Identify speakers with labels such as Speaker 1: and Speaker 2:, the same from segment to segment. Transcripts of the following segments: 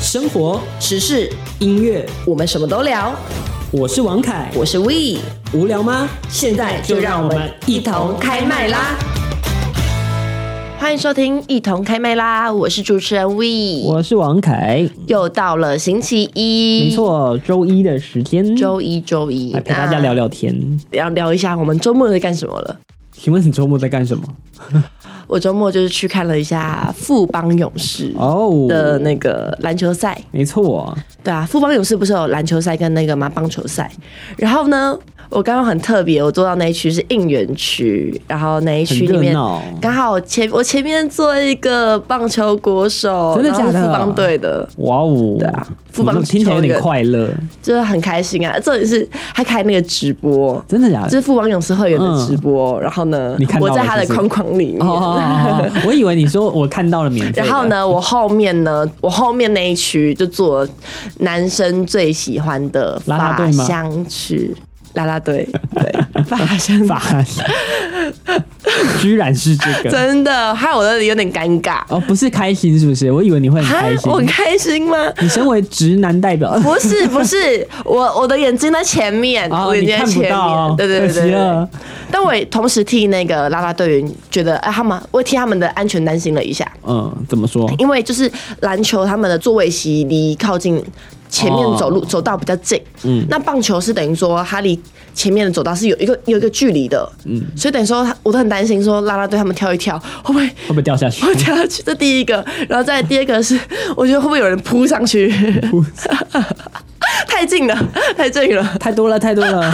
Speaker 1: 生活、
Speaker 2: 时事，
Speaker 1: 音乐，
Speaker 2: 我们什么都聊。
Speaker 1: 我是王凯。
Speaker 2: 我是 We，
Speaker 1: 无聊吗？
Speaker 2: 现在就让我们一同开麦啦！欢迎收听《一同开麦啦》，我是主持人 We。
Speaker 1: 我是王凯，
Speaker 2: 又到了星期一，
Speaker 1: 没，错，周一的时间，
Speaker 2: 周一周一啊
Speaker 1: 来陪大家聊，聊天。
Speaker 2: 那聊聊一下我们周末在干什么了。
Speaker 1: 请问你周末在干什么？
Speaker 2: 我周末就是去看了一下富邦勇士
Speaker 1: 哦，
Speaker 2: 的那个篮球赛。
Speaker 1: 没错，
Speaker 2: 对啊，富邦勇士不是有篮球赛跟那个嘛棒球赛？然后呢，我刚刚很特别，我坐到那一区是应援区，然后那一区里
Speaker 1: 很热
Speaker 2: 面
Speaker 1: 闹
Speaker 2: 刚好前我前面坐一个棒球国手，
Speaker 1: 真的
Speaker 2: 然后
Speaker 1: 假的
Speaker 2: 是富邦队的，
Speaker 1: 哇哦，
Speaker 2: 对啊富邦
Speaker 1: 你听起来有
Speaker 2: 球
Speaker 1: 点
Speaker 2: 员
Speaker 1: 快乐，
Speaker 2: 就是很开心啊。重点是他开那个直播。
Speaker 1: 真的假
Speaker 2: 这
Speaker 1: 的？
Speaker 2: 是富邦勇士会员的直播，然后呢
Speaker 1: 哎你看，到
Speaker 2: 我
Speaker 1: 了
Speaker 2: 在他的
Speaker 1: 是不是
Speaker 2: 框框里面，
Speaker 1: 哦哦哦，哦我以为你说我看到了免费的，
Speaker 2: 然后呢，我后面呢，我后面那一区就做男生最喜欢的
Speaker 1: 啦啦
Speaker 2: 发
Speaker 1: 队吗
Speaker 2: 香区，啦啦队，对，发香
Speaker 1: 发， 居然是这个
Speaker 2: 真的害我有点尴尬。
Speaker 1: 哦，不是开心是不是？我以为你会很
Speaker 2: 啊
Speaker 1: 开，心
Speaker 2: 我。很开心吗？
Speaker 1: 你身为直男代表，
Speaker 2: 不 是不是，我我的眼睛在前面，
Speaker 1: 哦，
Speaker 2: 我眼
Speaker 1: 你
Speaker 2: 睛在
Speaker 1: 看不
Speaker 2: 前
Speaker 1: 到哦
Speaker 2: 面，，对对
Speaker 1: 可
Speaker 2: 对对
Speaker 1: 惜
Speaker 2: 对
Speaker 1: 了。
Speaker 2: 但我也同时替那个啦啦队员觉得，哎、他们我也替他们的安全担心了一下。
Speaker 1: 嗯，怎么说？
Speaker 2: 因为就是篮球他们的座位席离靠近前面走路、
Speaker 1: 哦
Speaker 2: 走道比较近，嗯，那棒球是等于说它离前面的走道是有一个有一个距离的，嗯，所以等于说他我都很担心说啦啦队他们跳一跳会不 会
Speaker 1: 会不会掉下去？
Speaker 2: 会跳下去，这第一个，然后再来第二个是我觉得会不会有人扑上去， 太近了，太近了。
Speaker 1: 太多了，太多了，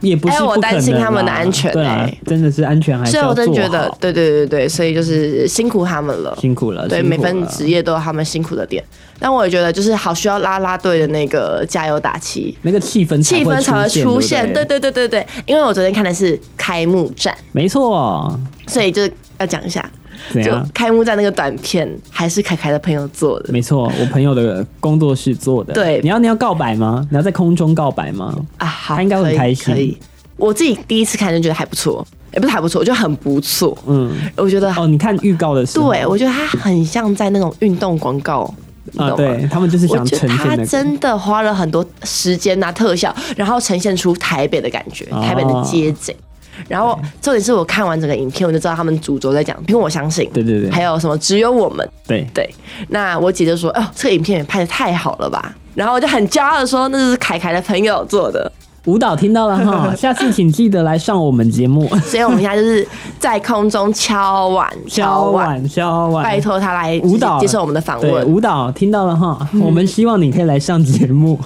Speaker 1: 也不是
Speaker 2: 哎
Speaker 1: 不
Speaker 2: 我
Speaker 1: 可能啦
Speaker 2: 担心他们的安全
Speaker 1: 对啊
Speaker 2: 哎，
Speaker 1: 真的是安全还是
Speaker 2: 所以
Speaker 1: 要
Speaker 2: 我真的觉
Speaker 1: 做
Speaker 2: 得
Speaker 1: 好，
Speaker 2: 对对对对，所以就是辛苦他们了，
Speaker 1: 辛苦了，
Speaker 2: 对，
Speaker 1: 辛苦啊
Speaker 2: 每份
Speaker 1: 了
Speaker 2: 职业都有他们辛苦的点，但我也觉得就是好需要啦啦队的那个加油打气，
Speaker 1: 那个气氛
Speaker 2: 气氛才会出现。
Speaker 1: 对
Speaker 2: 对
Speaker 1: 不
Speaker 2: 对对对对，因为我昨天看的是开幕战，
Speaker 1: 没错，
Speaker 2: 所以就是要讲一下，
Speaker 1: 怎
Speaker 2: 就
Speaker 1: 样？
Speaker 2: 开幕战那个短片还是凯凯的朋友做的。
Speaker 1: 没错，我朋友的工作室做的。
Speaker 2: 对
Speaker 1: 你要你要告白吗？你要在空中告白吗？
Speaker 2: 啊，好，
Speaker 1: 他应该会很
Speaker 2: 可
Speaker 1: 开
Speaker 2: 以
Speaker 1: 心
Speaker 2: 可以，我自己第一次看就觉得还不错，也不是还不错，就很不错。
Speaker 1: 嗯，
Speaker 2: 我觉得，
Speaker 1: 哦，你看预告的时候，
Speaker 2: 啊
Speaker 1: 啊
Speaker 2: 对我觉得他很像在那种运动广告，你懂
Speaker 1: 啊，
Speaker 2: 吗？
Speaker 1: 对他们就是
Speaker 2: 我
Speaker 1: 想
Speaker 2: 觉
Speaker 1: 呈
Speaker 2: 得
Speaker 1: 现
Speaker 2: 他
Speaker 1: 那个。
Speaker 2: 真的花了很多时间拿特效，然后呈现出台北的感觉，
Speaker 1: 哦
Speaker 2: 台北的街景。然后重点是我看完整个影片，我就知道他们主轴在讲，因为我相信。
Speaker 1: 对对对，
Speaker 2: 还有什么只有我们？
Speaker 1: 对，
Speaker 2: 对，那我姐就说：“哦，这个影片也拍的太好了吧？”然后我就很骄傲的说：“那是凯凯的朋友做的。
Speaker 1: 舞蹈听到了 哈，下次请记得来上我们节目。”
Speaker 2: 所以我们现在就是在空中敲碗，
Speaker 1: 小
Speaker 2: 碗，
Speaker 1: 婉，小婉，
Speaker 2: 拜托他来
Speaker 1: 舞蹈
Speaker 2: 接受我们的访
Speaker 1: 对，
Speaker 2: 问。嗯
Speaker 1: 舞蹈听到了哈，我们希望你可以来上节目。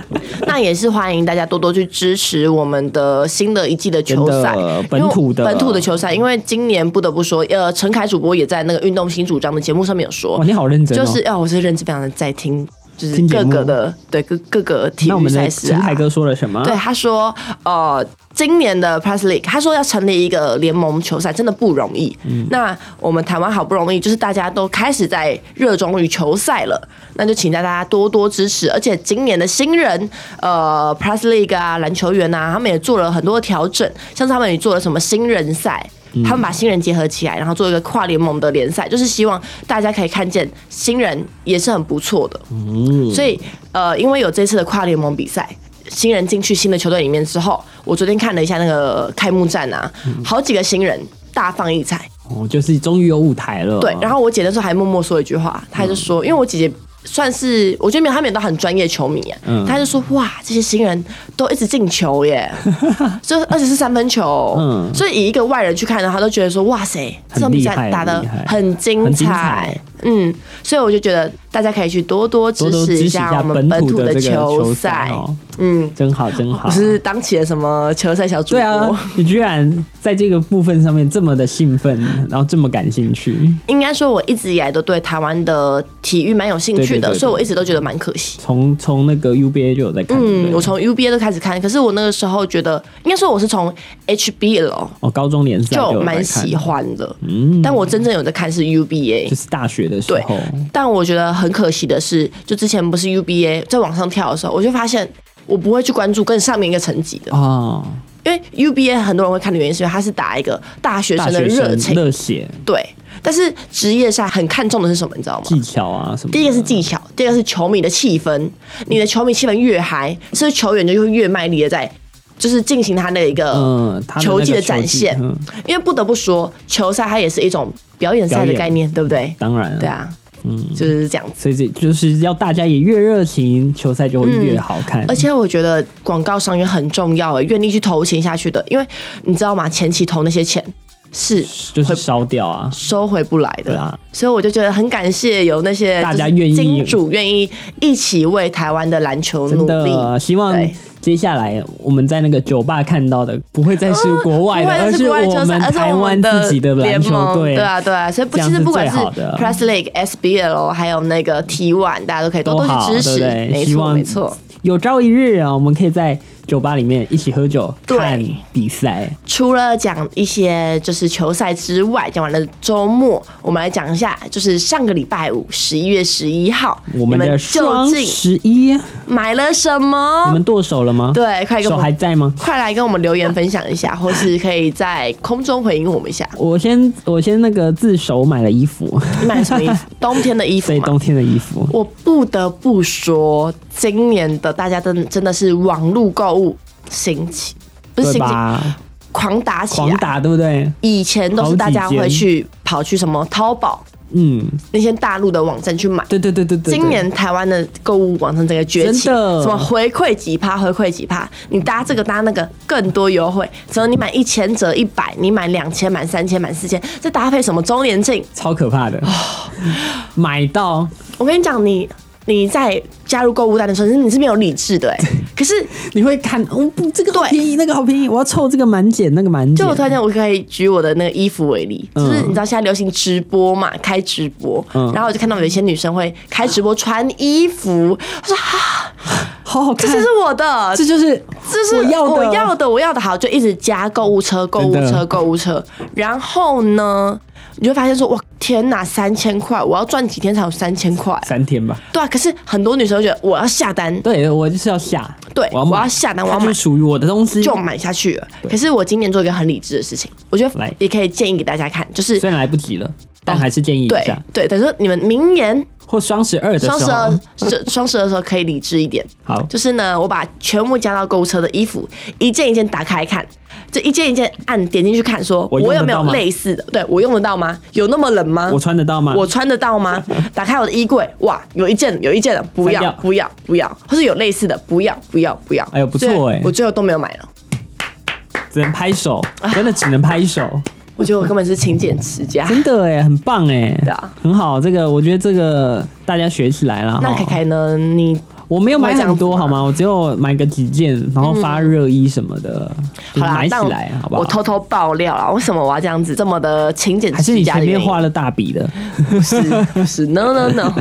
Speaker 2: 那也是欢迎大家多多去支持我们的新的一季的球赛
Speaker 1: 真的，
Speaker 2: 因为
Speaker 1: 本土的
Speaker 2: 本土的球赛。因为今年不得不说，呃，陈凯主播也在那个运动新主张的节目上面有说
Speaker 1: 哇，，你好认真哦。
Speaker 2: 就是哦，我是认真非常的在听，就是
Speaker 1: 听节
Speaker 2: 各
Speaker 1: 目
Speaker 2: 个的对各各个体
Speaker 1: 那我
Speaker 2: 育
Speaker 1: 们
Speaker 2: 赛
Speaker 1: 的
Speaker 2: 事
Speaker 1: 陈
Speaker 2: 啊
Speaker 1: 凯。哥说了什么？
Speaker 2: 对，他说，呃，今年的 Press League，他说要成立一个联盟球赛，真的不容易。那我们台湾好不容易，就是大家都开始在热衷于球赛了，那就请大家多多支持。而且今年的新人，呃，Press League 啊，篮球员啊，他们也做了很多调整，像是他们也做了什么新人赛。他们把新人结合起来，然后做一个跨联盟的联赛，就是希望大家可以看见新人也是很不错的。所以呃，因为有这次的跨联盟比赛，新人进去新的球队里面之后，我昨天看了一下那个开幕战啊，好几个新人大放异彩。
Speaker 1: 哦，就是终于有舞台了。
Speaker 2: 对，然后我姐那时候还默默说一句话，她就
Speaker 1: 嗯
Speaker 2: 说，因为我姐姐。算是我觉得没有，她没有到很专业球迷啊，
Speaker 1: 嗯
Speaker 2: 她就说哇，这些新人都一直进球 耶，就而且是三分球，
Speaker 1: 嗯
Speaker 2: 所以以一个外人去看呢，她都觉得说哇塞，这场
Speaker 1: 很
Speaker 2: 比
Speaker 1: 厉害
Speaker 2: 赛打的
Speaker 1: 很厉害
Speaker 2: 很精
Speaker 1: 很精
Speaker 2: 彩
Speaker 1: 彩，
Speaker 2: 嗯，所以我就觉得大家可以去多多支
Speaker 1: 多多支
Speaker 2: 持
Speaker 1: 持
Speaker 2: 一
Speaker 1: 一
Speaker 2: 下
Speaker 1: 下
Speaker 2: 我们本
Speaker 1: 本
Speaker 2: 土
Speaker 1: 的
Speaker 2: 的
Speaker 1: 这个
Speaker 2: 球
Speaker 1: 球
Speaker 2: 赛，
Speaker 1: 哦，
Speaker 2: 嗯，
Speaker 1: 真好，真好
Speaker 2: 我。是当起了什么球赛小主播，
Speaker 1: 对啊，你居然在这个部分上面这么的兴奋，然后这么感兴趣，
Speaker 2: 应该说我一直以来都对台湾的体育蛮有兴趣的，
Speaker 1: 对对对对
Speaker 2: 所以我一直都觉得蛮可惜。
Speaker 1: 从从那个 UBA 就有在看。
Speaker 2: 嗯，
Speaker 1: 嗯，
Speaker 2: 我从 UBA 都开始看，可是我那个时候觉得，应该说我是从 HBL
Speaker 1: 哦，高中联赛就
Speaker 2: 就
Speaker 1: 有在
Speaker 2: 蛮
Speaker 1: 看
Speaker 2: 喜，欢的，
Speaker 1: 嗯，
Speaker 2: 但我真正有在看是 UBA
Speaker 1: 就。是大学的时
Speaker 2: 对
Speaker 1: 候，
Speaker 2: 但我觉得很可惜的是，就之前不是 UBA 在往上跳的时候，我就发现我不会去关注更上面一个层级的，
Speaker 1: 哦，
Speaker 2: 因为 UBA 很多人会看的原因是因为它是打一个大学
Speaker 1: 大
Speaker 2: 生的
Speaker 1: 学生
Speaker 2: 热情，
Speaker 1: 热血，
Speaker 2: 对，但是职业赛很看重的是什么，你知道吗？
Speaker 1: 技巧啊什么的。
Speaker 2: 第一个是技巧，第二个是球迷的气氛。你的球迷气氛越嗨，是不是球员就会越卖力的在，就是进行他的一个
Speaker 1: 嗯他的那个
Speaker 2: 球技的展
Speaker 1: 球技
Speaker 2: 现。
Speaker 1: 嗯
Speaker 2: 因为不得不说，球赛它也是一种表演赛
Speaker 1: 表
Speaker 2: 的
Speaker 1: 演
Speaker 2: 概念，对不对？
Speaker 1: 当然、
Speaker 2: 对，啊，嗯，就是这样子。
Speaker 1: 所以这就是要大家也越热情，球赛就会越好看。
Speaker 2: 嗯而且我觉得广告商也很重要诶，愿意去投钱下去的，因为你知道吗？前期投那些钱是
Speaker 1: 就是烧掉啊，
Speaker 2: 收回不来
Speaker 1: 对
Speaker 2: 的，
Speaker 1: 啊
Speaker 2: 所以我就觉得很感谢有那些
Speaker 1: 大家
Speaker 2: 就是
Speaker 1: 愿意
Speaker 2: 金主愿意一起为台湾的篮球努
Speaker 1: 真
Speaker 2: 力。
Speaker 1: 的希望
Speaker 2: 对
Speaker 1: 接下来我们在那个酒吧看到的不会再是国外的，
Speaker 2: 不
Speaker 1: 而
Speaker 2: 管是
Speaker 1: 是
Speaker 2: 国外
Speaker 1: 我
Speaker 2: 球赛，
Speaker 1: 们
Speaker 2: 而是
Speaker 1: 台
Speaker 2: 我
Speaker 1: 湾
Speaker 2: 们
Speaker 1: 自己的篮
Speaker 2: 联
Speaker 1: 球
Speaker 2: 盟，
Speaker 1: 队。
Speaker 2: 对啊，对啊，所以不
Speaker 1: 这样
Speaker 2: 其实
Speaker 1: 是
Speaker 2: 不管
Speaker 1: 最
Speaker 2: 是
Speaker 1: 好的
Speaker 2: Press League、SBL 还有那个 T One，大家都可以多
Speaker 1: 都
Speaker 2: 多
Speaker 1: 好，
Speaker 2: 去支持，
Speaker 1: 对不对？
Speaker 2: 没
Speaker 1: 希
Speaker 2: 错
Speaker 1: 望
Speaker 2: 没错。
Speaker 1: 有朝一日啊，我们可以在酒吧里面一起喝酒
Speaker 2: 对
Speaker 1: 看比赛。
Speaker 2: 除了讲一些就是球赛之外，讲完了周末，我们来讲一下，就是上个礼拜五十一月十一号，
Speaker 1: 我们
Speaker 2: 你
Speaker 1: 的
Speaker 2: 究
Speaker 1: 双
Speaker 2: 竟
Speaker 1: 十一，你
Speaker 2: 买了什么
Speaker 1: 们？剁手了吗？，
Speaker 2: 对，快跟
Speaker 1: 手
Speaker 2: 我
Speaker 1: 还
Speaker 2: 们
Speaker 1: 在吗？
Speaker 2: 快来跟我们留言分享一下，或是可以在空中回应我们一下。
Speaker 1: 我先我先那个自首买了衣服，
Speaker 2: 你买了 什么衣服？冬天的衣服
Speaker 1: 所以
Speaker 2: 吗？
Speaker 1: 冬天的衣服。
Speaker 2: 我不得不说，今年的大家真真的是网络购物兴起，不是
Speaker 1: 对
Speaker 2: 兴起，
Speaker 1: 吧？
Speaker 2: 狂打起
Speaker 1: 狂
Speaker 2: 来。
Speaker 1: 打对不对？
Speaker 2: 以前都是大家
Speaker 1: 好几间
Speaker 2: 会去跑去什么淘宝
Speaker 1: 嗯，
Speaker 2: 那些大陆的网站去买。
Speaker 1: 对对对对对。对
Speaker 2: 今年台湾的购物网站整个崛起，
Speaker 1: 真的
Speaker 2: 什么回馈几趴，回馈几趴，你搭这个搭那个更多优惠，只要你满一千折一百，你满两千满三千满四千，再搭配什么周年庆，
Speaker 1: 超可怕的，
Speaker 2: 哦
Speaker 1: 买到
Speaker 2: 我跟你讲，你你在加入购物单的时候，你是没有理 智的、欸，可是
Speaker 1: 你会看，哦不，这个好
Speaker 2: 对
Speaker 1: 便宜，那个好便宜，我要凑这个满减，那个满减。
Speaker 2: 就我突然间，我可以举我的那个衣服为例，
Speaker 1: 嗯
Speaker 2: 就是你知道现在流行直播嘛，开直播，
Speaker 1: 嗯
Speaker 2: 然后我就看到有一些女生会开直播穿衣服，我 说啊，
Speaker 1: 好好看，
Speaker 2: 这是我的，
Speaker 1: 这就是
Speaker 2: 这是
Speaker 1: 我要的，
Speaker 2: 我要的，我要的，好，就一直加购物车，购物
Speaker 1: 真的
Speaker 2: 车，购物车，然后呢，你就会发现说，哇，天哪，三千块，我要赚几天才有三千块？
Speaker 1: 三天吧。
Speaker 2: 对啊，可是很多女生会觉得我要下单，
Speaker 1: 对我就是要下，
Speaker 2: 对
Speaker 1: 我要买
Speaker 2: 我要下单我要
Speaker 1: 它就
Speaker 2: 买
Speaker 1: 属于我的东西。
Speaker 2: 就买下去了。可是我今年做一个很理智的事情，我觉得
Speaker 1: 来
Speaker 2: 也可以建议给大家看，就是
Speaker 1: 虽然来不及了，但还是建议一
Speaker 2: 哦对
Speaker 1: 下，
Speaker 2: 对，等于说你们明年
Speaker 1: 或双十二的时
Speaker 2: 双十
Speaker 1: 候
Speaker 2: 二，嗯是双十二的时候可以理智一点。
Speaker 1: 好
Speaker 2: 就是呢，我把全部加到购物车的衣服，一件一件打开看，就一件一件按点进去看说
Speaker 1: 我用
Speaker 2: 我
Speaker 1: 得
Speaker 2: 有没有
Speaker 1: 到吗
Speaker 2: 类似的，对我用得到吗？有那么冷吗？
Speaker 1: 我穿得到吗？
Speaker 2: 我穿得到吗？打开我的衣柜，哇，有一件有一件的，不
Speaker 1: 删
Speaker 2: 要
Speaker 1: 掉
Speaker 2: 不要不要，或是有类似的，不要不要不要。
Speaker 1: 哎呦不错
Speaker 2: 所以
Speaker 1: 哎
Speaker 2: 我最后都没有买了。
Speaker 1: 只能拍手，
Speaker 2: 啊
Speaker 1: 真的只能拍手，
Speaker 2: 我觉得我根本是勤俭持 家。
Speaker 1: 真的哎，很棒哎
Speaker 2: 对啊，
Speaker 1: 很好，这个我觉得这个大家学起来了。
Speaker 2: 那
Speaker 1: 哈
Speaker 2: 凯凯呢？你
Speaker 1: 我没有买
Speaker 2: 我也这样
Speaker 1: 很
Speaker 2: 子
Speaker 1: 多
Speaker 2: 嘛
Speaker 1: 好吗？我只有买个几件，然后发热衣什么的，就是
Speaker 2: 嗯好啦，
Speaker 1: 买起
Speaker 2: 但我
Speaker 1: 来好不好？
Speaker 2: 我偷偷爆料啦，为什么我要这样子这么的勤俭
Speaker 1: 还是
Speaker 2: 持
Speaker 1: 你
Speaker 2: 家
Speaker 1: 前
Speaker 2: 的原
Speaker 1: 面
Speaker 2: 因？
Speaker 1: 画了大笔的
Speaker 2: 不是不 是 no no no，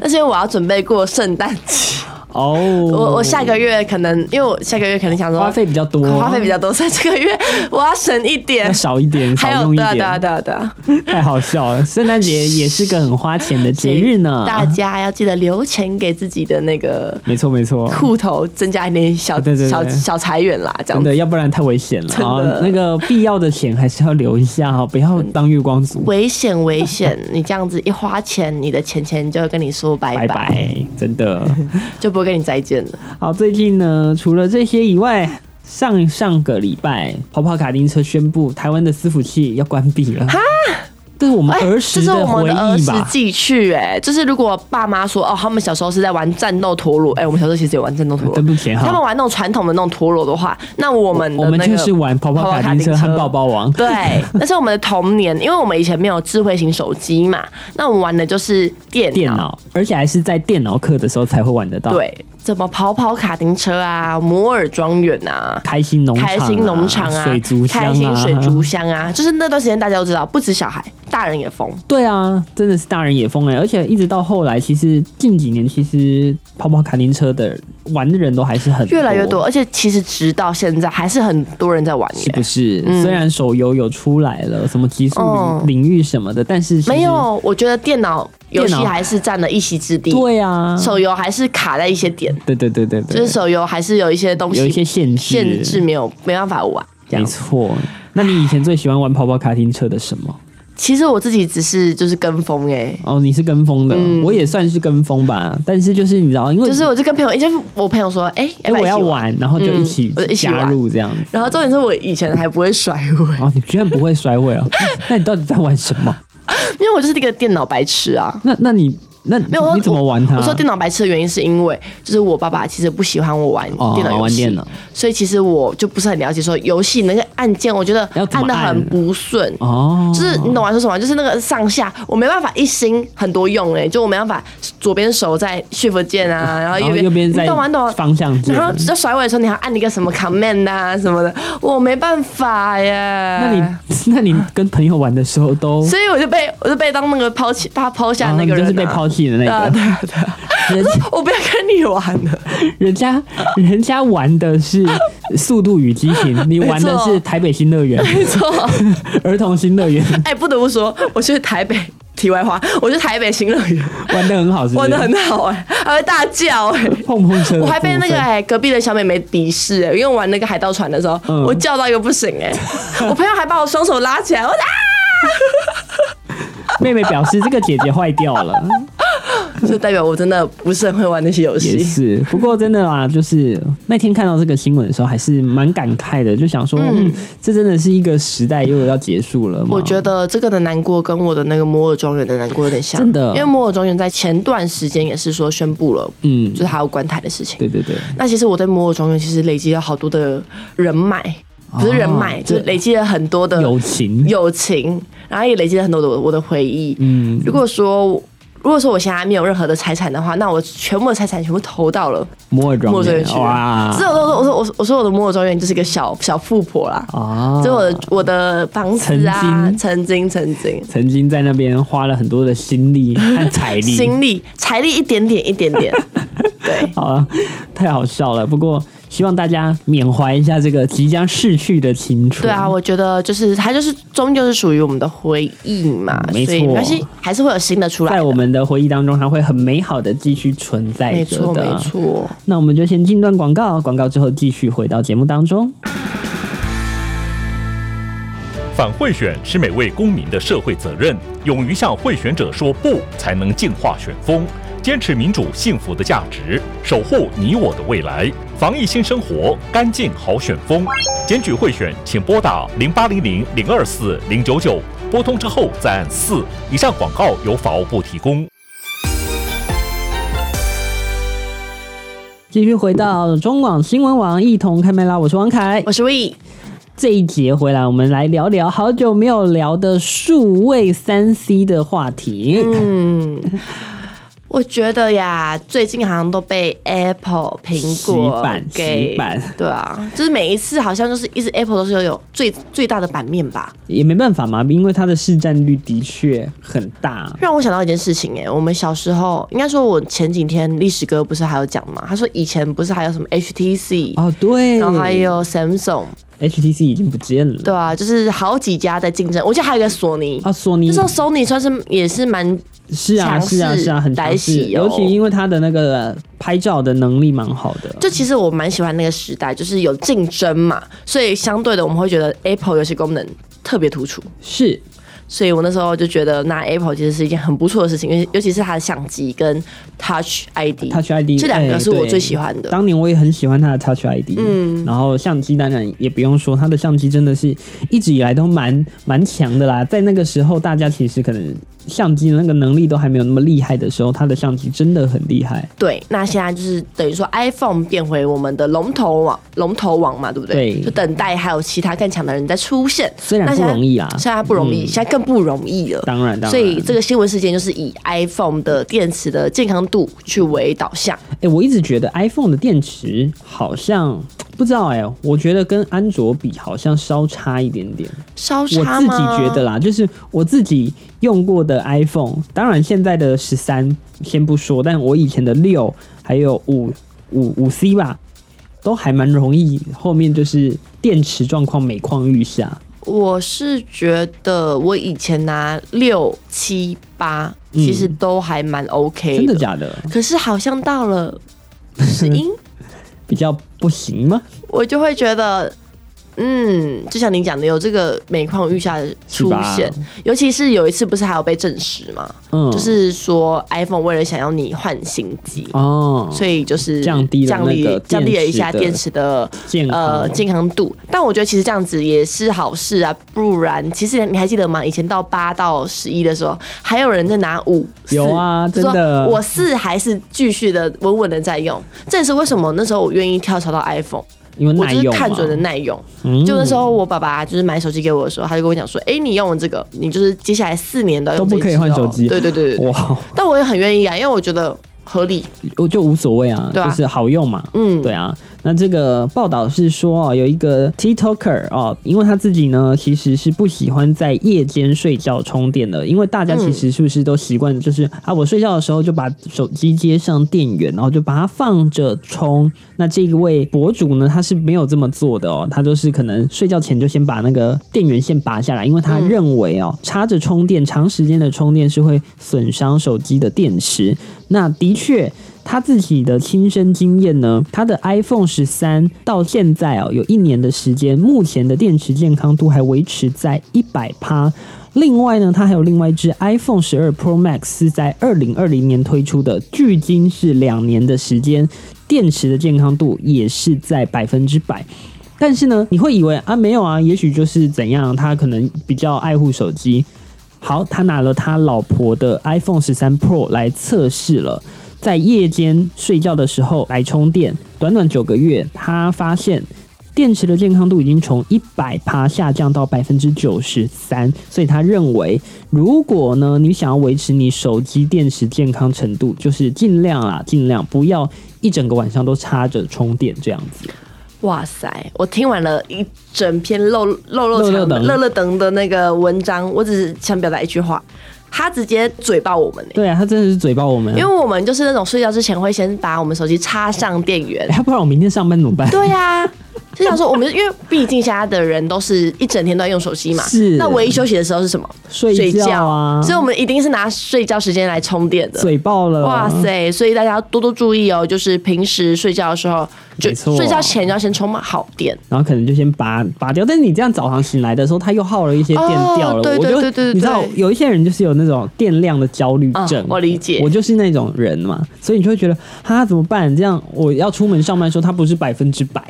Speaker 2: 但是因为我要准备过圣诞节，
Speaker 1: 哦。
Speaker 2: 我我下个月可能因为我下个月可能想说
Speaker 1: 花费比较多，
Speaker 2: 花费比较多，所以这 个月我要省一点
Speaker 1: 要，少一点，
Speaker 2: 还
Speaker 1: 少用
Speaker 2: 有
Speaker 1: 一
Speaker 2: 对啊对啊
Speaker 1: 点，
Speaker 2: 对啊对啊，
Speaker 1: 太好笑了。圣诞节也是个很花钱的节日呢，
Speaker 2: 大家要记得留钱给自己的那个
Speaker 1: 没错没错。
Speaker 2: 户头，增加一点小
Speaker 1: 啊对对对
Speaker 2: 小小财源啦，这样
Speaker 1: 真
Speaker 2: 子。
Speaker 1: 的，要不然太危险了
Speaker 2: 真的
Speaker 1: 啊！那个必要的钱还是要留一下哈，不要当月光族。
Speaker 2: 危险危险！你这样子一花钱，你的钱钱就会跟你说拜
Speaker 1: 拜拜，真的。
Speaker 2: 就不会跟你再见了。
Speaker 1: 好，最近呢，除了这些以外，上上个礼拜，跑跑卡丁车宣布台湾的伺服器要关闭了。哈，这是我们
Speaker 2: 哎，
Speaker 1: 儿
Speaker 2: 这
Speaker 1: 时
Speaker 2: 是我们
Speaker 1: 回
Speaker 2: 的儿
Speaker 1: 忆
Speaker 2: 时
Speaker 1: 吧？
Speaker 2: 记去、哎，就是如果爸妈说哦，他们小时候是在玩战斗陀螺，哎、我们小时候其实也玩战斗陀
Speaker 1: 对
Speaker 2: 螺。
Speaker 1: 不起
Speaker 2: 他们
Speaker 1: 哈，
Speaker 2: 玩那种传统的那种陀螺的话，那我们
Speaker 1: 我
Speaker 2: 的
Speaker 1: 们
Speaker 2: 那个
Speaker 1: 就是玩跑跑卡丁车和抱抱王。
Speaker 2: 对，那是我们的童年，因为我们以前没有智慧型手机嘛，那我们玩的就是电脑。
Speaker 1: 电脑，而且还是在电脑课的时候才会玩得到。，
Speaker 2: 对，怎么跑跑卡丁车啊，摩尔庄园啊。
Speaker 1: 开心农场、
Speaker 2: 开心农场啊，
Speaker 1: 水族箱啊，
Speaker 2: 开心水族箱啊，就是那段时间大家都知道，不止小孩，大人也疯。
Speaker 1: 对啊，真的是大人也疯哎、而且一直到后来，其实近几年，其实跑跑卡丁车的玩的人都还是很
Speaker 2: 越来越多，而且其实直到现在还是很多人在玩耶
Speaker 1: 哦是不是？虽然手游有出来了，什么极速
Speaker 2: 嗯哦
Speaker 1: 领领域什么的，但是其实
Speaker 2: 没。有，我觉得电脑游戏
Speaker 1: 电脑
Speaker 2: 还是占了一席之地，
Speaker 1: 对啊，
Speaker 2: 手游还是卡在一些点，
Speaker 1: 对对对对对，
Speaker 2: 就是手游还是有一些东西
Speaker 1: 有一些限制，
Speaker 2: 限制，没有没办法玩。这
Speaker 1: 没
Speaker 2: 样
Speaker 1: 错。那你以前最喜欢玩跑跑卡丁车的什么？
Speaker 2: 其实我自己只是就是跟风哎、
Speaker 1: 哦，你是跟风的，我也算是跟风吧，但是就是你知道，因为
Speaker 2: 嗯就是我就跟朋友，就是我朋友说，哎、
Speaker 1: 哎、
Speaker 2: 不
Speaker 1: 我要
Speaker 2: 一起，嗯
Speaker 1: 玩，然后就一起
Speaker 2: 我就一起
Speaker 1: 加
Speaker 2: 玩
Speaker 1: 入这样子。
Speaker 2: 然后重点是我以前还不会甩尾，
Speaker 1: 哦，你居然不会甩尾哦？ 那你到底在玩什么？
Speaker 2: 因为我就是一个电脑白痴啊。
Speaker 1: 那那你那没
Speaker 2: 没有，我
Speaker 1: 你怎么玩它？
Speaker 2: 我说电脑白痴的原因是因为，就是我爸爸其实不喜欢我玩
Speaker 1: 哦
Speaker 2: 电脑游
Speaker 1: 玩
Speaker 2: 戏，
Speaker 1: 电脑
Speaker 2: 所以其实我就不是很了解说游戏那个按键，我觉得
Speaker 1: 要怎么
Speaker 2: 按的很
Speaker 1: 按
Speaker 2: 不顺。
Speaker 1: 哦，
Speaker 2: 就是你懂我在说什么吗？就是那个上下，我没办法一心很多用哎、就我没办法左边手在 shift 键啊，然后
Speaker 1: 然后
Speaker 2: 右边
Speaker 1: 右边在
Speaker 2: 你懂吗？你懂吗？
Speaker 1: 方向键
Speaker 2: 然。后要甩尾的时候，你还要按一个什么 command 啊什么的，我没办法耶。
Speaker 1: 那
Speaker 2: 呃
Speaker 1: 你那你跟朋友玩的时候都，
Speaker 2: 所以我就被我就被当那个抛弃，他抛下
Speaker 1: 然后
Speaker 2: 那
Speaker 1: 哦你
Speaker 2: 个人、
Speaker 1: 就
Speaker 2: 啊，
Speaker 1: 是被抛弃的那
Speaker 2: 对啊。
Speaker 1: 个
Speaker 2: 对啊对啊，
Speaker 1: 人家。
Speaker 2: 我不要跟你玩了。
Speaker 1: 人家人家玩的是《速度与激情》， 你玩的是《台北新乐园
Speaker 2: 没错，》
Speaker 1: 儿童新乐园，
Speaker 2: 哎、不得不说，我去台北。题外话，我去台北新乐园
Speaker 1: 玩的很好，是不
Speaker 2: 玩
Speaker 1: 是
Speaker 2: 的？很好哎、还会大叫哎、
Speaker 1: 碰碰车的部分，
Speaker 2: 我还被那 个哎、隔壁的小妹妹敌视哎、因为我玩那个海盗船的时候，
Speaker 1: 嗯
Speaker 2: 我叫到一个不行 哎、我朋友还把我双手拉起来，我啊，
Speaker 1: 妹妹表示这个姐姐坏掉了，
Speaker 2: 啊就代表我真的不 是很会玩那些游
Speaker 1: 也
Speaker 2: 戏。
Speaker 1: 是。不过真的啦，就是那天看到这个新闻的时候，还是蛮感慨的，就想说，嗯，这真的是一个时代又要结束了嘛。
Speaker 2: 我觉得这个的难过跟我的那个摩尔庄园的难过有点像，
Speaker 1: 真的
Speaker 2: 因为摩尔庄园在前段时间也是说宣布了，
Speaker 1: 嗯
Speaker 2: 就是还有关台的事情。
Speaker 1: 对对对，
Speaker 2: 那其实我对摩尔庄园其实累积了好多的人脉，不是人脉，
Speaker 1: 哦
Speaker 2: 就是累积了很多的
Speaker 1: 友情，
Speaker 2: 友情，然后也累积了很多的我的回忆。
Speaker 1: 嗯，
Speaker 2: 如果说如果说我现在没有任何的财产的话，那我全部的财产全部投到了
Speaker 1: 摩尔
Speaker 2: 摩
Speaker 1: 庄
Speaker 2: 尔庄园
Speaker 1: 园
Speaker 2: 去，
Speaker 1: 哇
Speaker 2: 只有我说我说我说我的摩尔庄园就是一个小小富婆啦。
Speaker 1: 啊
Speaker 2: 就我的我的房子啊，曾经曾经
Speaker 1: 曾经在那边花了很多的心力和财力，
Speaker 2: 心力财力一点点一点点，对，
Speaker 1: 好了，太好笑了。不过希望大家缅怀一下这个即将逝去的青春。
Speaker 2: 对啊，，我觉得就是它就是终究是属于我们的回忆嘛，
Speaker 1: 嗯没错
Speaker 2: 所以没关系，还是会有新的出来
Speaker 1: 在
Speaker 2: 的
Speaker 1: 我们的回忆当中，它会很美好的继续存在
Speaker 2: 没
Speaker 1: 着
Speaker 2: 错没
Speaker 1: 的。
Speaker 2: 错，
Speaker 1: 那我们就先进段广告，广告之后继续回到节目当中。
Speaker 3: 反贿选是每位公民的社会责任，勇于向贿选者说不，才能净化选风，坚持民主幸福的价值，守护你我的未来，防疫新生活，干净好选风。检举贿选，请拨打零八零零零二四零九九，拨通之后再按四。以上广告由法务部提供。
Speaker 1: 继续回到中广新闻网，一同开麦啦！我是王凯
Speaker 2: 我。是 We，
Speaker 1: 这一节回来，我们来聊聊好久没有聊的数位三 C 的话题。
Speaker 2: 嗯。我觉得呀，最近好像都被 Apple 苹
Speaker 1: 洗
Speaker 2: 果
Speaker 1: 版
Speaker 2: 给
Speaker 1: 洗版
Speaker 2: 对啊，就是每一次好像就是一直 Apple 都是有有最最大的版面吧，
Speaker 1: 也没办法嘛，因为它的市占率的确很大。
Speaker 2: 让我想到一件事情、欸，哎，我们小时候，应该说，我前几天历史哥不是还有讲嘛？他说以前不是还有什么 HTC，、
Speaker 1: 哦，对，
Speaker 2: 然后还有 Samsung，
Speaker 1: HTC 已经不见了。
Speaker 2: 对啊，就是好几家在竞争。我记得还有一个索尼，
Speaker 1: 啊，索尼
Speaker 2: 那时候 Sony 算是也是蛮
Speaker 1: 是啊，
Speaker 2: 强
Speaker 1: 是啊，
Speaker 2: 势
Speaker 1: 是啊，很
Speaker 2: 来
Speaker 1: 强势，
Speaker 2: 袭
Speaker 1: 尤
Speaker 2: 哦
Speaker 1: 其因为它的那个拍照的能力蛮好的。
Speaker 2: 就其实我蛮喜欢那个时代，就是有竞争嘛，所以相对的我们会觉得 Apple 有些功能特别突出，
Speaker 1: 是
Speaker 2: 所以我那时候就觉得拿 Apple 其实是一件很不错的事情，因为尤其是它的相机跟 Touch ID，
Speaker 1: Touch ID，
Speaker 2: 这两
Speaker 1: 哎
Speaker 2: 个是我
Speaker 1: 对
Speaker 2: 最喜欢的。
Speaker 1: 当年我也很喜欢它的 Touch ID，嗯，然后相机当然也不用说，它的相机真的是一直以来都蛮蛮强的啦。在那个时候，大家其实可能相机的那个能力都还没有那么厉害的时候，它的相机真的很厉害。
Speaker 2: 对，那现在就是等于说 iPhone 变回我们的龙头王，龙头王嘛，对不对？
Speaker 1: 对
Speaker 2: 就等待还有其他更强的人在出现，
Speaker 1: 虽然
Speaker 2: 那
Speaker 1: 不
Speaker 2: 现在
Speaker 1: 容易啊啦
Speaker 2: 现在不容易，现在更不容易了。
Speaker 1: 当然，当然，
Speaker 2: 所以这个新闻事件就是以 iPhone 的电池的健康度去为导向，
Speaker 1: 哎、我一直觉得 iPhone 的电池好像不知道哎、我觉得跟安卓比好像稍差一点点。
Speaker 2: 稍
Speaker 1: 我
Speaker 2: 差
Speaker 1: 自己
Speaker 2: 吗
Speaker 1: 觉得啦，就是我自己用过的 iPhone，当然现在的十三先不说，但我以前的六还有五五五 C 吧，都还蛮容易，后面就是电池状况每况愈下。
Speaker 2: 我是觉得我以前拿六七八，其实都还蛮
Speaker 1: 嗯
Speaker 2: OK
Speaker 1: 真的假的？
Speaker 2: 可是好像到 了十音，
Speaker 1: 比较不行吗？
Speaker 2: 我就会觉得嗯，就像您讲的，有这个每况愈下的出现
Speaker 1: 是吧，
Speaker 2: 尤其是有一次不是还有被证实嘛，
Speaker 1: 嗯
Speaker 2: 就是说 iPhone 为了想要你换新机。
Speaker 1: 哦，
Speaker 2: 所以就是
Speaker 1: 降低了
Speaker 2: 降低
Speaker 1: 那个电池的
Speaker 2: 降低了一下电池的
Speaker 1: 健康
Speaker 2: 呃健康度，但我觉得其实这样子也是好事啊，不然其实你还记得吗？以前到八到十一的时候，还有人在拿五，
Speaker 1: 有啊
Speaker 2: 四就说
Speaker 1: 真的
Speaker 2: 我四还是继续的稳稳的在用，这也是为什么那时候我愿意跳槽到 iPhone，
Speaker 1: 因为
Speaker 2: 我
Speaker 1: 耐
Speaker 2: 就是
Speaker 1: 用嘛
Speaker 2: 看准了耐用。
Speaker 1: 嗯
Speaker 2: 就那时候我爸爸就是买手机给我的时候，他就跟我讲说：“哎、你用了这个，你就是接下来四年都要用
Speaker 1: 都不可以
Speaker 2: 这一支
Speaker 1: 换
Speaker 2: 哦
Speaker 1: 手机
Speaker 2: 对对对对对。
Speaker 1: 哇，
Speaker 2: 但我也很愿意啊，因为我觉得合理。
Speaker 1: 我就无所谓啊，
Speaker 2: 对啊
Speaker 1: 就是好用嘛。
Speaker 2: 嗯，
Speaker 1: 对啊，那这个报道是说哦，有一个 TikToker 哦，因为他自己呢其实是不喜欢在夜间睡觉充电的，因为大家其实是不是都习
Speaker 2: 嗯
Speaker 1: 惯就是、啊，我睡觉的时候就把手机接上电源，然后就把它放着充。那这一位博主呢，他是没有这么做的哦，他就是可能睡觉前就先把那个电源线拔下来，因为他认为
Speaker 2: 嗯
Speaker 1: 哦，插着充电长时间的充电是会损伤手机的电池。那的确。他自己的亲身经验呢，他的 iPhone 十三到现在哦，有一年的时间，目前的电池健康度还维持在一百趴。另外呢，它还有另外一只 iPhone 十二 Pro Max 是在二零二零年推出的，距今是两年的时间，电池的健康度也是在百分之百。但是呢，你会以为啊没有啊，也许就是怎样，他可能比较爱护手机。好，他拿了他老婆的 iPhone 十三 Pro 来测试了，在夜间睡觉的时候来充电，短短九个月，他发现。电池的健康度已经从一百趴下降到百分之九十三，所以他认为，如果呢你想要维持你手机电池健康程度，就是尽量啦，尽量不要一整个晚上都插着充电这样子。
Speaker 2: 哇塞，我听完了一整篇漏漏
Speaker 1: 漏
Speaker 2: 漏
Speaker 1: 漏
Speaker 2: 长
Speaker 1: 等
Speaker 2: 乐乐等的那个文章，我只是想表达一句话，他直接嘴爆我们、欸
Speaker 1: 对啊，他真的是嘴爆我们啊、
Speaker 2: 因为我们就是那种睡觉之前会先把我们手机插上电 源
Speaker 1: 哎，，要不然我明天上班怎 么办？
Speaker 2: 对呀、就想说我们，因为毕竟现在的人都是一整天都在用手机嘛，
Speaker 1: 是
Speaker 2: 那唯一休息的时候是什么？
Speaker 1: 睡觉啊，
Speaker 2: 所以我们一定是拿睡觉时间来充电的。
Speaker 1: 嘴爆了，
Speaker 2: 哇，塞！所以大家要多多注意哦，就是平时睡觉的时候，就
Speaker 1: 没错
Speaker 2: 睡觉前要先充满好电。
Speaker 1: 然后可能就先拔拔掉。但是你这样早上醒来的时候，它又耗了一些电掉了。
Speaker 2: 哦对
Speaker 1: 我
Speaker 2: 对
Speaker 1: 就
Speaker 2: 对对对
Speaker 1: 你知道有一些人就是有那种电量的焦虑症，
Speaker 2: 嗯我理解
Speaker 1: 我就是那种人嘛，所以你就会觉得哈怎么办？这样我要出门上班的时候，它不是百分之百，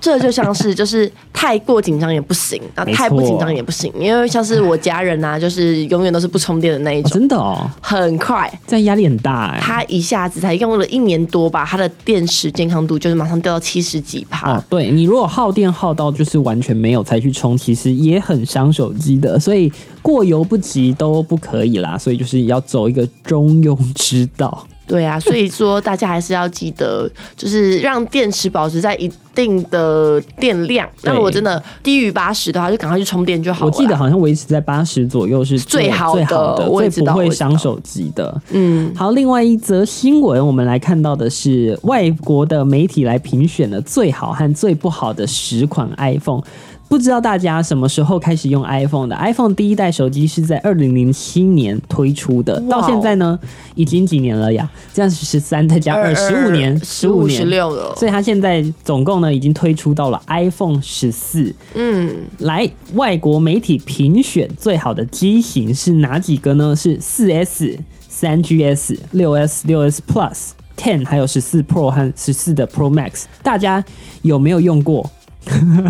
Speaker 2: 这就像是就是太过紧张也不行，然后太不
Speaker 1: 没错
Speaker 2: 紧张也不行，因为像是我家人啊，就是永远都是不充电的那一
Speaker 1: 哦
Speaker 2: 种，
Speaker 1: 真的哦，
Speaker 2: 很欸快
Speaker 1: 这样压力很大哎、
Speaker 2: 他一下子才用了一年多吧，他的电池健康度就是马上掉到七十几趴。
Speaker 1: 哦，对你如果耗电耗到就是完全没有才去充，其实也很伤手机的，所以过犹不及都不可以啦。所以就是要走一个中庸之道。
Speaker 2: 对啊，所以说大家还是要记得，就是让电池保持在一定的电量。
Speaker 1: 对
Speaker 2: 那如果真的低于八十的话，就赶快去充电就好
Speaker 1: 我
Speaker 2: 了。
Speaker 1: 记得，好像维持在八十左右是
Speaker 2: 最好
Speaker 1: 最
Speaker 2: 的
Speaker 1: 好的，
Speaker 2: 我也
Speaker 1: 最
Speaker 2: 知
Speaker 1: 不
Speaker 2: 道
Speaker 1: 会
Speaker 2: 我也知道
Speaker 1: 伤手机的。
Speaker 2: 嗯，
Speaker 1: 好，另外一则新闻，我们来看到的是外国的媒体来评选了最好和最不好的十款 iPhone。不知道大家什么时候开始用 iPhone 的？iPhone 第一代手机是在二零零七年推出的，
Speaker 2: 哇哦
Speaker 1: 到现在呢，已经几年了呀？这样是十三再加二，十五年，
Speaker 2: 十
Speaker 1: 十
Speaker 2: 五
Speaker 1: 五
Speaker 2: 十
Speaker 1: 年。
Speaker 2: 六 了。
Speaker 1: 所以它现在总共呢已经推出到了 iPhone 十四，
Speaker 2: 嗯，
Speaker 1: 来，外国媒体评选最好的机型是哪几个呢？是四 S、三 GS、六 S、六 S Plus、Ten，还有十四 Pro 和十四的 Pro Max。大家有没有用过？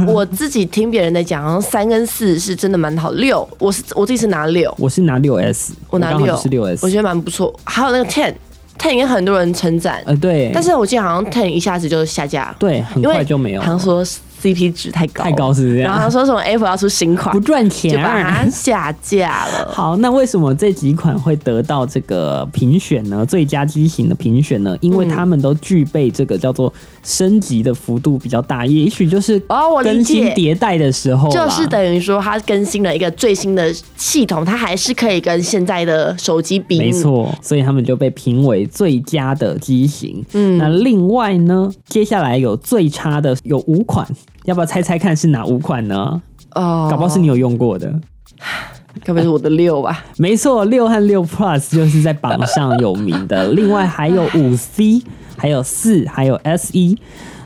Speaker 2: 我自己听别人在讲，好像三跟四是真的蛮好，六我是我自己是拿六，
Speaker 1: 我是拿六 S，
Speaker 2: 我拿
Speaker 1: 刚好
Speaker 2: 六
Speaker 1: 就是六
Speaker 2: 我
Speaker 1: S。
Speaker 2: 觉得蛮不错。还有那个 ten ten 也很多人称赞，
Speaker 1: 呃，对，
Speaker 2: 但是我记得好像 ten 一下子就下架，
Speaker 1: 对，很
Speaker 2: 因为
Speaker 1: 快就没有
Speaker 2: 好，像说 CP 值太高，
Speaker 1: 太高是不是
Speaker 2: 然后他说什么 Apple 要出新款
Speaker 1: 不，赚
Speaker 2: 就
Speaker 1: 钱啊
Speaker 2: 把它下架 了。
Speaker 1: 好，那为什么这几款会得到这个评选呢？最佳机型的评选呢？
Speaker 2: 嗯
Speaker 1: 因为它们都具备这个叫做升级的幅度比较大，也许就是
Speaker 2: 哦我理
Speaker 1: 更新
Speaker 2: 解
Speaker 1: 迭代的时候啦
Speaker 2: 就是等于说，它更新了一个最新的系统，它还是可以跟现在的手机比。
Speaker 1: 没，错，
Speaker 2: 嗯
Speaker 1: 所以他们就被评为最佳的机型。嗯，那另外呢，接下来有最差的有五款，要不要猜猜看是哪五款呢？
Speaker 2: 哦，
Speaker 1: 搞不好是你有用过的。
Speaker 2: 该不会是我的 六吧？
Speaker 1: 没错，六和六 Plus 就是在榜上有名的。另外还有五 C，还有四，还有 S 一。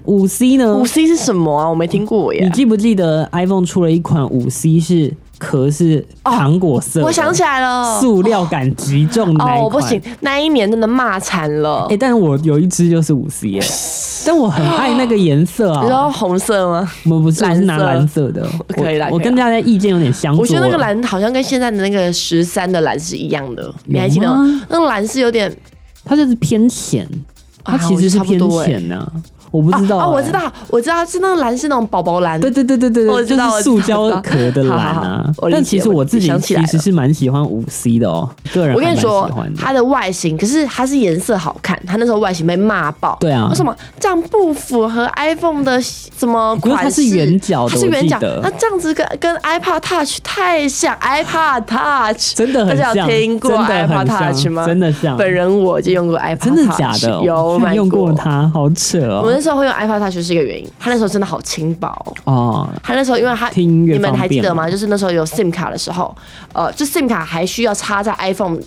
Speaker 1: 五 C 呢
Speaker 2: 五？C 是什么啊？我没听过耶
Speaker 1: 你。记不记得 iPhone 出了一款五 C 是壳是糖果色的、
Speaker 2: 我想起来了，
Speaker 1: 塑料感极重的那一款。
Speaker 2: 哦，我不行，那一年真的骂惨了
Speaker 1: 哎、。但我有一只就是五 C 耶，但我很爱那个颜色
Speaker 2: 你知
Speaker 1: 啊。
Speaker 2: 道红色吗？
Speaker 1: 我们不是我是拿蓝
Speaker 2: 蓝
Speaker 1: 色的，我
Speaker 2: 可以啦可以啦
Speaker 1: 我跟大家意见有点相左。
Speaker 2: 我觉得那个蓝好像跟现在的那个十三的蓝是一样的，你还记得
Speaker 1: 有吗
Speaker 2: 吗？那个蓝是有点
Speaker 1: 它就是偏浅，它
Speaker 2: 啊
Speaker 1: 其实是
Speaker 2: 我觉
Speaker 1: 偏
Speaker 2: 得差不多
Speaker 1: 浅呐、我不
Speaker 2: 啊
Speaker 1: 知道、哎
Speaker 2: 哦，我知。道，我知道是那个蓝是那种宝宝蓝，
Speaker 1: 对对对对对对，
Speaker 2: 我知
Speaker 1: 就
Speaker 2: 道
Speaker 1: 是塑胶壳 的蓝
Speaker 2: 我知道好好
Speaker 1: 啊
Speaker 2: 好。我理解
Speaker 1: 但其实我自己
Speaker 2: 我想起来
Speaker 1: 其
Speaker 2: 了
Speaker 1: 实是蛮喜欢五 C 的哦，个人
Speaker 2: 我跟你说
Speaker 1: 还蛮喜欢，的
Speaker 2: 它的外形，可是它是颜色好看，它那时候外形被骂爆。
Speaker 1: 对啊
Speaker 2: 为什么这样不符合 iPhone 的什么
Speaker 1: 可是它
Speaker 2: 款式？
Speaker 1: 是圆角的
Speaker 2: 它是圆角
Speaker 1: 我记得，
Speaker 2: 那这样子跟跟 iPod Touch 太像 iPod Touch，
Speaker 1: 真的很
Speaker 2: 大
Speaker 1: 像，
Speaker 2: 家有听过
Speaker 1: 真的
Speaker 2: iPod
Speaker 1: 很像
Speaker 2: Touch 吗？
Speaker 1: 真的像，
Speaker 2: 本人我就用过 iPod，
Speaker 1: 真的假
Speaker 2: Touch，
Speaker 1: 的？
Speaker 2: 有
Speaker 1: 我
Speaker 2: 买
Speaker 1: 用过。它，好扯
Speaker 2: 我
Speaker 1: 哦。
Speaker 2: 那时候会用 iPod Touch 是一个原因，它那时候真的好轻薄。
Speaker 1: 哦，
Speaker 2: 他那时候因为他
Speaker 1: 听音乐
Speaker 2: 你们还记得
Speaker 1: 方便吗
Speaker 2: 吗？就是那时候有 SIM 卡的时候，呃，就 SIM 卡还需要插在 iPhone，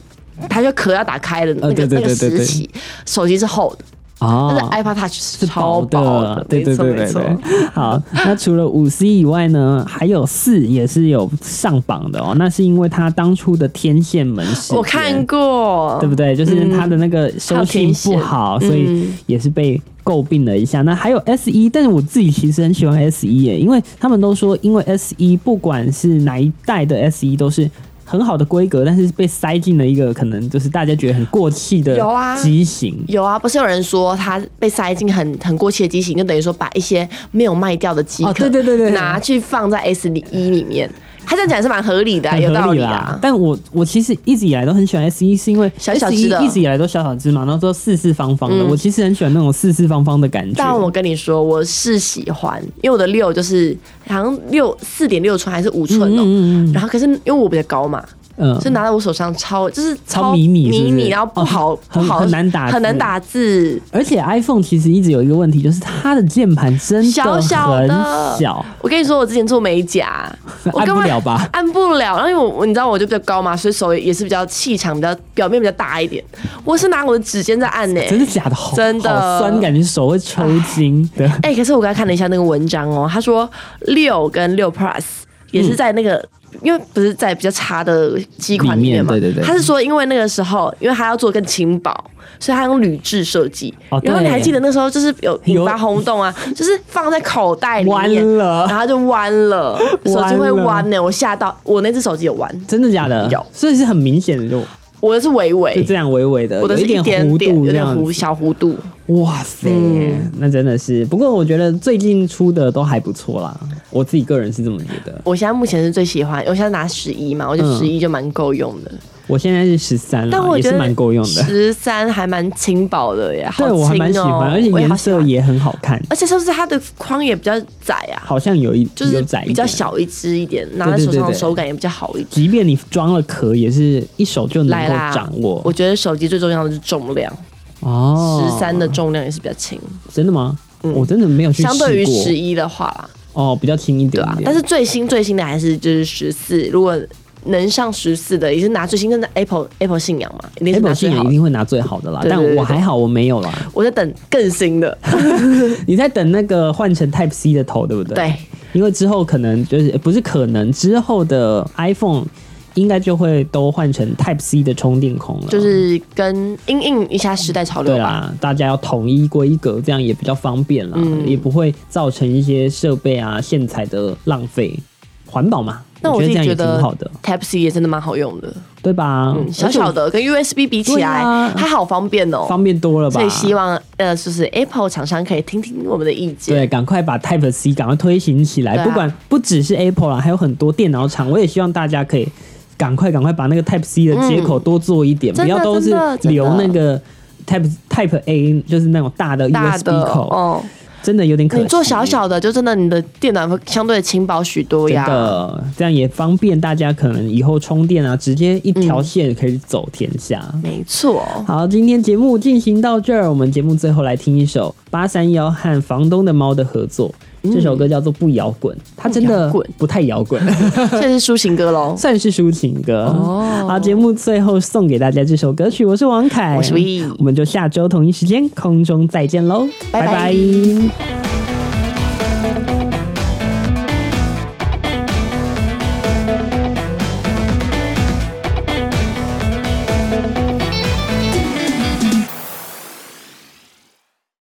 Speaker 2: 它就壳要打开的那
Speaker 1: 呃
Speaker 2: 个、
Speaker 1: 对对
Speaker 2: 那个
Speaker 1: 对对对
Speaker 2: 时期，手机是厚的，
Speaker 1: 哦
Speaker 2: 但是 iPod Touch
Speaker 1: 是
Speaker 2: 是超
Speaker 1: 薄的，
Speaker 2: 薄的，
Speaker 1: 对对对
Speaker 2: 没
Speaker 1: 对
Speaker 2: 错没错。
Speaker 1: 对。好，那除了五 C 以外呢，还有四也是有上榜的哦。那是因为它当初的天线门事件
Speaker 2: 我看过，
Speaker 1: 对不对？就是它的那个收信不好，
Speaker 2: 嗯
Speaker 1: 所以也是被诟病了一下。那还有 S 一，但是我自己其实很喜欢 S 一耶，因为他们都说，因为 S 一不管是哪一代的 S E，一都是。很好的规格，但是被塞进了一个可能就是大家觉得很过气的
Speaker 2: 有啊
Speaker 1: 机型，
Speaker 2: 有啊，不是有人说它被塞进很很过气的机型，就等于说把一些没有卖掉的机壳、
Speaker 1: 哦对对对对
Speaker 2: 拿去放在 S 一里面，他这样讲是蛮合理的啊、
Speaker 1: 很
Speaker 2: 有道
Speaker 1: 合理
Speaker 2: 理
Speaker 1: 啦
Speaker 2: 啊。。
Speaker 1: 但我我其实一直以来都很喜欢 S 一，是因为
Speaker 2: 小小只的
Speaker 1: S1 一直以来都小小只嘛，然后都四四方方的。
Speaker 2: 嗯
Speaker 1: 我其实很喜欢那种四四方方的感觉。
Speaker 2: 但我跟你说，我是喜欢，因为我的六就是好像六四点六寸还是五寸哦、
Speaker 1: 嗯
Speaker 2: 然后可是因为我比较高嘛，
Speaker 1: 嗯
Speaker 2: 所以拿到我手上超就是
Speaker 1: 超迷你是不
Speaker 2: 迷
Speaker 1: 是
Speaker 2: 你，然后不好、
Speaker 1: 哦很
Speaker 2: 不好
Speaker 1: 很难打字
Speaker 2: 很难打字。
Speaker 1: 而且 iPhone 其实一直有一个问题，就是它的键盘真的很
Speaker 2: 小小的
Speaker 1: 小，
Speaker 2: 我跟你说，我之前做美甲 我
Speaker 1: 按
Speaker 2: 根
Speaker 1: 不
Speaker 2: 本
Speaker 1: 了吧？
Speaker 2: 按不了，然后因为我你知道我就比较高嘛，所以手也是比较气场比较表面比较大一点。我是拿我的指尖在按呢、
Speaker 1: 真的假的？好
Speaker 2: 真的
Speaker 1: 好酸，感觉手会抽筋的。
Speaker 2: 哎、可是我刚才看了一下那个文章哦，他说六跟六 Plus 也
Speaker 1: 嗯
Speaker 2: 是在那个。因为不是在比较差的机款里面嘛，
Speaker 1: 里面对对对
Speaker 2: 他是说，因为那个时候，因为他要做更轻薄，所以他用铝制设计。
Speaker 1: 哦
Speaker 2: 然后
Speaker 1: 对
Speaker 2: 你还记得那时候就是有
Speaker 1: 有
Speaker 2: 引发轰动啊，就是放在口袋里面
Speaker 1: 弯了
Speaker 2: 然后就弯了，手
Speaker 1: 弯
Speaker 2: 机会
Speaker 1: 了
Speaker 2: 弯呢、我吓到，我那只手机有弯，
Speaker 1: 真的假的？
Speaker 2: 有
Speaker 1: 所以是很明显的，就
Speaker 2: 我的是微
Speaker 1: 就
Speaker 2: 微，
Speaker 1: 这样微微的，
Speaker 2: 我的
Speaker 1: 有
Speaker 2: 是
Speaker 1: 一点
Speaker 2: 点
Speaker 1: 弧
Speaker 2: 点，
Speaker 1: 度
Speaker 2: 有
Speaker 1: 这
Speaker 2: 点
Speaker 1: 样
Speaker 2: 弧小嗯弧度。
Speaker 1: 哇塞，那真的是。不过我觉得最近出的都还不错啦，我自己个人是这么觉得。
Speaker 2: 我现在目前是最喜欢，我现在拿十一嘛，我觉得
Speaker 1: 嗯
Speaker 2: 十一就蛮够用的。
Speaker 1: 我现在是十三
Speaker 2: 但
Speaker 1: 了，
Speaker 2: 我
Speaker 1: 也
Speaker 2: 觉
Speaker 1: 是
Speaker 2: 得
Speaker 1: 蛮够用的。
Speaker 2: 十三还蛮轻薄的耶，好
Speaker 1: 对，我还
Speaker 2: 轻
Speaker 1: 蛮喜
Speaker 2: 哦
Speaker 1: 欢，而且
Speaker 2: 我也好
Speaker 1: 颜
Speaker 2: 喜
Speaker 1: 色
Speaker 2: 欢，
Speaker 1: 也很好看，
Speaker 2: 而且是不是它的框也比较窄啊？
Speaker 1: 好像有一
Speaker 2: 就是
Speaker 1: 有窄一
Speaker 2: 比较
Speaker 1: 点
Speaker 2: 小一只一点，拿在
Speaker 1: 对对
Speaker 2: 手
Speaker 1: 对
Speaker 2: 上的
Speaker 1: 对
Speaker 2: 手感也比较好一点。
Speaker 1: 即便你装了壳，也是一手就能
Speaker 2: 来
Speaker 1: 够
Speaker 2: 啦，
Speaker 1: 掌握。
Speaker 2: 我觉得手机最重要的是重量，
Speaker 1: 哦，
Speaker 2: 十三的重量也是比较轻，
Speaker 1: 真的吗？我真的没有去试过。
Speaker 2: 相对于十一的话啦，
Speaker 1: 哦，比较轻一
Speaker 2: 对
Speaker 1: 点
Speaker 2: 啊。
Speaker 1: 点。
Speaker 2: 但是最新最新的还是就是十四，如果能上十四的，也是拿最新，真的 Apple Apple 信仰嘛，一定是
Speaker 1: Apple
Speaker 2: 拿最
Speaker 1: 信也
Speaker 2: 好
Speaker 1: 一
Speaker 2: 的。
Speaker 1: 定会拿最好的啦，
Speaker 2: 对对
Speaker 1: 但
Speaker 2: 对对
Speaker 1: 我还好，我没有啦。
Speaker 2: 我在等更新的，
Speaker 1: 你在等那个换成 Type C 的头，对不对？
Speaker 2: 对，
Speaker 1: 因为之后可能就是呃不是可能之后的 iPhone 应该就会都换成 Type C 的充电孔了，
Speaker 2: 就是跟应应一下时代潮流
Speaker 1: 对
Speaker 2: 吧。
Speaker 1: 啦，大家要统一规格，这样也比较方便啦，
Speaker 2: 嗯
Speaker 1: 也不会造成一些设备啊线材的浪费，环保嘛。
Speaker 2: 那
Speaker 1: 我
Speaker 2: 我
Speaker 1: 得
Speaker 2: 自己
Speaker 1: 这样也
Speaker 2: 觉得
Speaker 1: 挺好的，
Speaker 2: Type C 也真的蛮好用的，
Speaker 1: 对吧？
Speaker 2: 嗯，小小的跟 USB 比起来，
Speaker 1: 对啊
Speaker 2: 它好方便哦。
Speaker 1: 方便多了吧？
Speaker 2: 所以希望呃，就是 Apple 厂商可以听听我们的意见。
Speaker 1: 对，赶快把 Type C 赶快推行起来，
Speaker 2: 对啊
Speaker 1: 不管不只是 Apple 啦，还有很多电脑厂，我也希望大家可以赶快赶快把那个 Type C 的接口多做一点，
Speaker 2: 嗯真
Speaker 1: 不
Speaker 2: 的
Speaker 1: 要都是
Speaker 2: 真的真的
Speaker 1: 留那个 Type Type A，就是那种大的
Speaker 2: 大
Speaker 1: USB
Speaker 2: 的
Speaker 1: 口，
Speaker 2: 哦，
Speaker 1: 真的有点可惜。
Speaker 2: 你做小小的，就真的你的电脑会相对轻薄许多
Speaker 1: 真
Speaker 2: 呀。
Speaker 1: 的，这样也方便大家可能以后充电啊，直接一条线可以走天下。
Speaker 2: 没错，
Speaker 1: 好，今天节目进行到这儿，我们节目最后来听一首八三幺和房东的猫的合作，这首歌叫做《不摇滚》，它真的
Speaker 2: 不摇滚
Speaker 1: 不太摇滚，
Speaker 2: 这是抒情歌 喽。
Speaker 1: 算是抒情歌。
Speaker 2: 哦
Speaker 1: 好，节目最后送给大家这首歌曲，我是王凯，
Speaker 2: 我是 We
Speaker 1: 我们就下周同一时间空中再见喽，
Speaker 2: 拜拜
Speaker 1: 拜拜